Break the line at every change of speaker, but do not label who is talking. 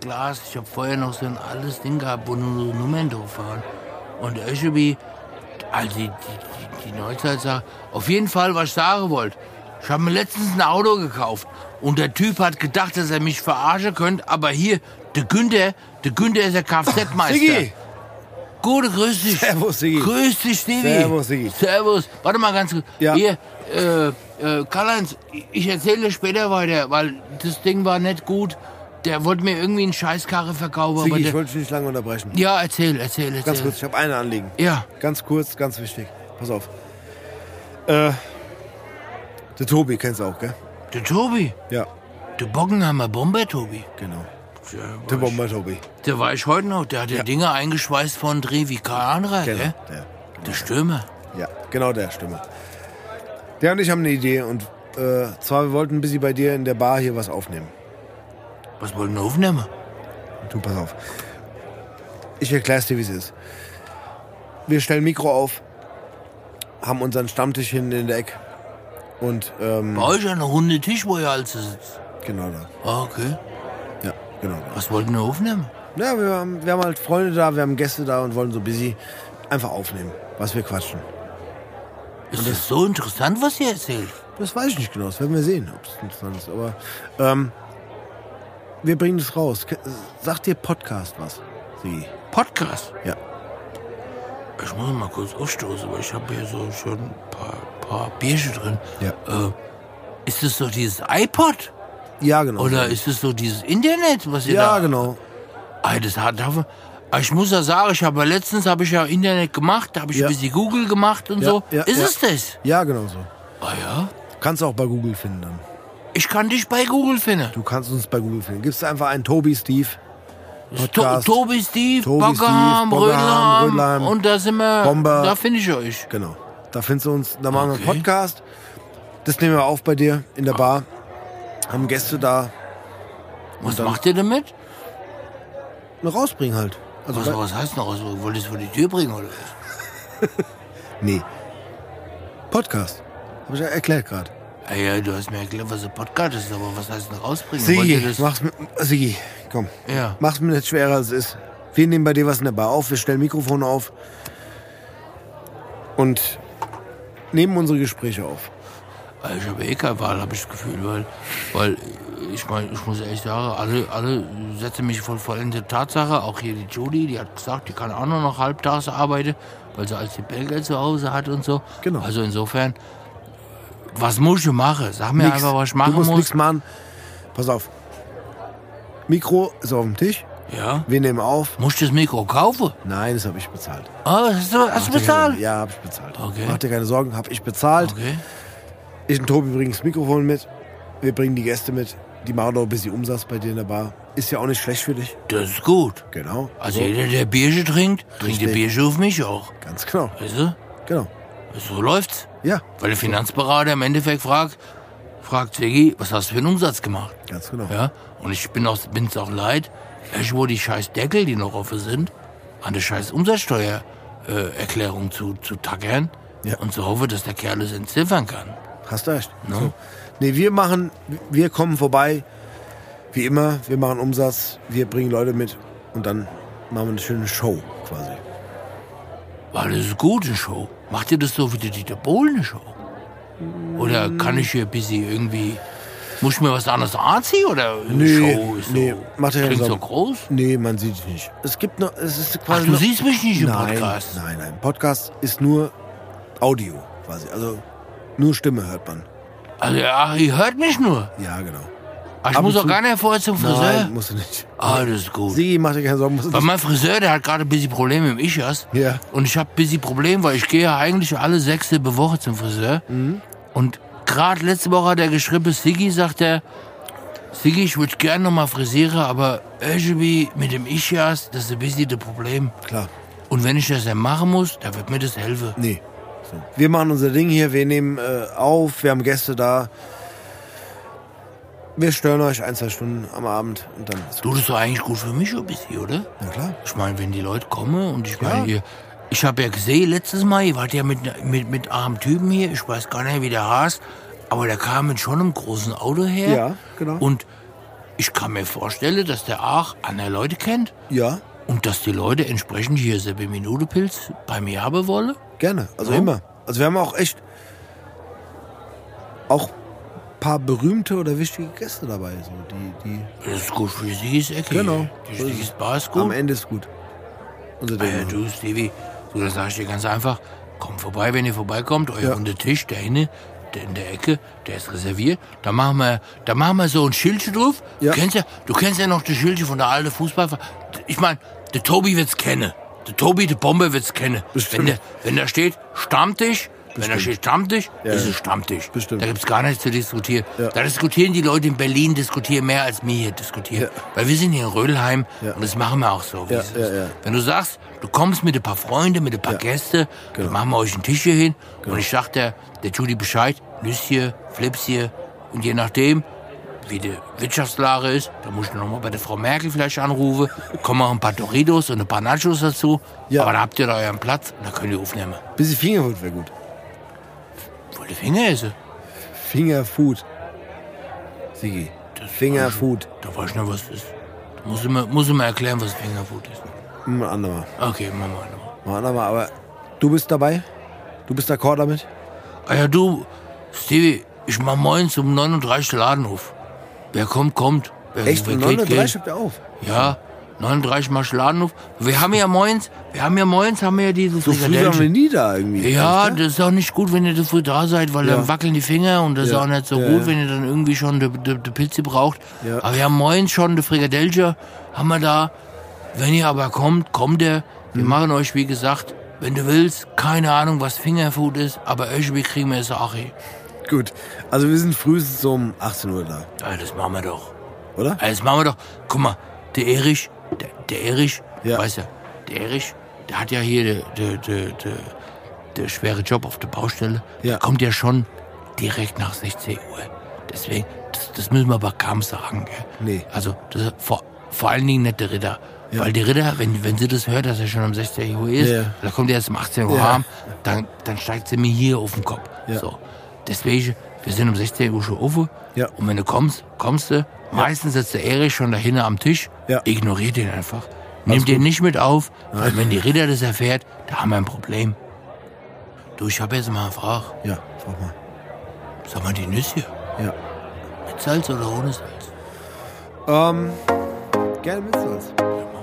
Glas. Ich hab vorher noch so ein altes Ding gehabt, wo nur so Nummern drauf waren. Und der Öschebi, also die, die, die, die Neuzeit sagt, auf jeden Fall, was ich sagen wollte. Ich habe mir letztens ein Auto gekauft und der Typ hat gedacht, dass er mich verarschen könnte, aber hier, der Günther, der Günther ist der Kfz-Meister.
Siggi!
Gute, grüß dich.
Servus, Siggi.
Grüß dich, Stevie.
Servus, Siggi.
Servus. Warte mal ganz kurz.
Ja.
Hier, äh, äh, Karl-Heinz, ich erzähle dir später weiter, weil das Ding war nicht gut. Der wollte mir irgendwie einen Scheißkarre verkaufen. aber
Siggi,
der,
ich wollte dich nicht lange unterbrechen.
ja, erzähl, erzähl, erzähl.
Ganz kurz, ich habe ein Anliegen.
Ja,
Ganz kurz, ganz wichtig. Pass auf. Äh, der Tobi kennst du auch, gell?
der Tobi.
Ja,
Der Bockenheimer Bomber, Tobi.
genau.
Der,
Der Bomber Tobi.
der war ich heute noch. Der hat ja. Dinger eingeschweißt von Dreh wie kein anderer,
Genau,
gell?
der.
Der Stürmer.
Ja, genau der Stimme. Der und ich haben eine Idee und äh, zwar, wir wollten ein bisschen bei dir in der Bar hier was aufnehmen.
Was wollten wir aufnehmen?
Du, pass auf. Ich erklär's dir, wie es ist. Wir stellen Mikro auf, haben unseren Stammtisch hinten in der Ecke und ähm,
Bei euch an der runde Tisch, wo ihr alles sitzt.
genau da.
Ah, okay.
Ja, genau da.
Was wollten wir aufnehmen?
Ja, wir haben, wir haben halt Freunde da, wir haben Gäste da und wollen so busy einfach aufnehmen, was wir quatschen.
Ist das so interessant, was ihr erzählt?
Das weiß ich nicht genau, das werden wir sehen, ob es interessant ist. Aber ähm, wir bringen es raus. Ke- Sagt dir Podcast was? Sie.
Podcast.
Ja.
Ich muss mal kurz aufstoßen, weil ich habe hier so schon ein paar, paar Bierchen drin.
Ja.
Äh, ist das doch dieses iPod?
Ja, genau.
Oder ist das doch dieses Internet, was ihr
ja,
da...
genau.
Ah, das hat... hab- Ah, Ich muss ja sagen, ich habe letztens habe ich ja Internet gemacht, da habe ich
Ja.
ein bisschen Google gemacht und
Ja,
so.
ja,
ist
ja.
es das?
Ja, genau so.
Ah ja?
Kannst du auch bei Google finden dann.
Ich kann dich bei Google finden.
Du kannst uns bei Google finden. Gibst einfach einen Tobi Steve.
To
Podcast.
Tobi Steve,
Tobi,
Bockerham,
Steve, Bockerham,
Rödelheim.
Rödelheim,
Und da sind wir...
Bomber.
Da finde ich euch.
Genau. Da findest du uns, da machen wir
Okay.
einen Podcast. Das nehmen wir auf bei dir in der Bar. Haben Gäste da.
Was
dann-
macht ihr damit?
Nur rausbringen halt. Also
Was,
bei-
was heißt noch? Also, wollt ihr es vor die Tür bringen oder was?
Nee. Podcast. Habe ich ja erklärt gerade.
Ah ja, du hast mir erklärt, was ein Podcast ist, aber was heißt denn rausbringen? Wollt ihr
Sigi,
das?
mach's mir, Sigi, komm.
Ja.
Mach's mir nicht schwerer, als es ist. Wir nehmen bei dir was in der Bar auf, wir stellen Mikrofone auf und nehmen unsere Gespräche auf.
Also, ich habe eh keine Wahl, habe ich das Gefühl, weil, weil ich meine, ich muss echt sagen, alle, alle setzen mich voll voll in die Tatsache. Auch hier die Judy, die hat gesagt, die kann auch nur noch halbtags arbeiten, weil sie als die Belgier zu Hause hat und so.
Genau.
Also insofern, was muss ich machen? Sag mir
Nix.
einfach, was ich machen
du musst
muss.
nichts machen. Pass auf. Mikro ist auf dem Tisch,
Ja.
wir nehmen auf.
Muss ich das Mikro kaufen?
Nein, das habe ich bezahlt.
Ah, hast du, hast du
Mach dir keine Sorgen.
bezahlt?
Ja, habe ich bezahlt.
Okay.
Mach dir keine Sorgen, habe ich bezahlt.
Okay.
Ich und Tobi bringen das Mikrofon mit, wir bringen die Gäste mit. Die machen auch ein bisschen Umsatz bei dir in der Bar. Ist ja auch nicht schlecht für dich.
Das ist gut.
Genau.
Also
So,
jeder, der Bierchen trinkt, trinkt die
Richtig.
Bierchen auf mich auch.
ganz genau.
Weißt du?
Genau.
Also, So läuft's.
Ja,
Weil der Finanzberater im Endeffekt fragt, fragt Siggi, was hast du für einen Umsatz gemacht?
ganz genau.
Ja? Und ich bin auch, bin's auch leid, ich wo die scheiß Deckel, die noch offen sind, an der scheiß Umsatzsteuererklärung äh, Erklärung zu, zu tackern
Ja.
und zu hoffen, dass der Kerl es entziffern kann.
Hast du recht.
Ne?
So. Nee, wir machen, wir kommen vorbei, wie immer, wir machen Umsatz, wir bringen Leute mit und dann machen wir eine schöne Show quasi.
Weil das ist eine gute Show. Macht ihr das so wie die Dieter Bohlen eine Show? Oder
Mm.
kann ich hier ein bisschen irgendwie. Muss ich mir was anderes anziehen? Oder eine
Nee,
Show ist so,
nee, macht ihr keine
klingt so
Sorgen.
groß?
Nee, man sieht dich nicht. Es gibt noch, es ist
Ach,
quasi
du
noch,
siehst mich nicht im
Also nein,
Podcast.
Nein, nein, Podcast ist nur Audio quasi, also nur Stimme hört man.
Also, ja, ihr hört mich nur.
Ja, genau.
Ah, Ich
Ab
muss
und
auch
zu-
gar nicht vorher zum Friseur.
Nein, musst du nicht.
ah, das ist gut.
Sigi, mach dir keine Sorgen, musst du
Weil
nicht.
mein Friseur, der hat gerade ein bisschen Probleme im Ischas.
Ja.
Und ich habe ein bisschen Probleme, weil ich gehe ja eigentlich alle sechste Woche zum Friseur.
Mhm.
Und gerade letzte Woche hat er geschrieben, Siggi, sagt er, Siggi, ich würde gerne nochmal frisieren, aber irgendwie mit dem Ischias, das ist ein bisschen das Problem.
Klar,
Und wenn ich das dann machen muss, da wird mir das helfen.
nee. So. Wir machen unser Ding hier, wir nehmen äh, auf, wir haben Gäste da. Wir stören euch ein, zwei Stunden am Abend und dann ist
Du, das ist doch eigentlich gut für mich ein bisschen, oder?
Na klar.
Ich meine, wenn die Leute kommen und ich
Ja.
meine, ihr, ich habe ja gesehen letztes Mal, ihr wart ja mit, mit, mit armen Typen hier, ich weiß gar nicht, wie der heißt, aber der kam mit schon einem großen Auto her.
Ja, genau.
Und Ich kann mir vorstellen, dass der Aach andere Leute kennt
Ja,
und dass die Leute entsprechend hier selbe Minute Pilz bei mir haben wollen.
gerne. Also
Ja.
immer. Also wir haben auch echt auch paar berühmte oder wichtige Gäste dabei. So, die, die
Das ist gut für sie, ist Ecke.
Genau.
Die,
So ist
die
es.
ist Bas
am
gut.
Ende ist gut. Unser
Ja,
Ding.
du, Stevie, du, das sag ich dir ganz einfach. Komm vorbei, wenn ihr vorbeikommt. Euer
Ja.
runder Tisch, der hinne, der in der Ecke, der ist reserviert. Da machen wir, da machen wir so ein Schildchen drauf.
Ja.
Du kennst ja, du kennst ja noch das Schildchen von der alten Fußballver. Ich meine, der Tobi wird's kennen. Der Tobi, der Bombe wird's kennen.
Bestimmt.
Wenn, der, wenn da steht Stammtisch, wenn da steht Stammtisch, ist
ja.
es Stammtisch.
Bestimmt.
Da gibt's gar nichts zu diskutieren.
Ja.
Da diskutieren die Leute in Berlin, diskutieren mehr als wir hier diskutieren.
Ja.
Weil wir sind hier in Rödelheim
Ja.
und das machen wir auch so. wie
Ja,
es
ja,
ist.
ja.
Wenn du sagst, du kommst mit ein paar Freunden, mit ein paar Gästen, dann machen wir euch einen Tisch hier hin und ich sag der, der Judy Bescheid, Nüsschen, Flipschen und je nachdem, wie die Wirtschaftslage ist, da muss ich nochmal bei der Frau Merkel vielleicht anrufen, kommen auch ein paar Doritos und ein paar Nachos dazu,
Ja.
aber da habt ihr da euren Platz und da könnt ihr aufnehmen.
Bisschen Fingerfood wäre gut.
Wollt ihr Finger essen?
Fingerfood. Sigi. Fingerfood.
Da weiß ich noch, was das ist. Da muss ich mir, muss ich mir erklären, was Fingerfood ist.
Mal andermal.
Okay, machen wir nochmal.
Mal andermal. Aber du bist dabei? Du bist d'accord damit?
Ah ja, du, Stevie, ich mach morgens um 39 Laden auf. Wer kommt, kommt. Wer,
Echt?
wer
Um
geht,
39
geht.
habt ihr auf?
Ja, 39 mach ich Laden auf. Wir haben ja morgens, wir haben ja morgens, haben wir ja diese
So früh waren wir
Frikadellchen.
nie da irgendwie.
Ja,
Weißt du?
das ist auch nicht gut, wenn ihr so früh da seid, weil
Ja.
dann wackeln die Finger und das
Ja.
ist auch nicht so
Ja,
gut,
ja.
wenn ihr dann irgendwie schon die, die, die Pilze braucht.
Ja.
Aber wir haben morgens schon die Frikadellchen, haben wir da. Wenn ihr aber kommt, kommt ihr. Wir
Mhm.
machen euch, wie gesagt, wenn du willst, keine Ahnung, was Fingerfood ist, aber irgendwie kriegen wir es auch hin.
Gut. Also wir sind frühestens so um 18 Uhr da,
Ja, Ah, das machen wir doch.
oder?
Ja, Das machen wir doch. Guck mal, der Erich, der, der Erich,
Ja.
weißt du, der Erich, der hat ja hier der, der, der, der, der schwere Job auf der Baustelle.
Ja.
Der kommt ja schon direkt nach 16 Uhr. Deswegen, das, das müssen wir aber kaum sagen. Gell?
Nee.
Also, das ist vor, vor allen Dingen nicht der Ritter. Weil der Ritter, wenn, wenn sie das hört, dass er schon um 16 Uhr ist,
Ja.
dann kommt er erst um 18 Uhr
Ja.
heim, dann, dann steigt sie mir hier auf den Kopf.
Ja.
So. Deswegen, wir sind um 16 Uhr schon offen.
Ja.
Und wenn du kommst, kommst du. Meistens sitzt der Erich schon dahinter am Tisch.
Ja.
Ignoriert den einfach. Nimm den nicht mit auf, weil wenn die Ritter das erfährt, da haben wir ein Problem. Du, ich habe jetzt mal eine Frage.
Ja, frag mal.
Sag mal, die Nüsse,
Ja.
mit Salz oder ohne Salz?
Ähm, gerne mit uns.
Mit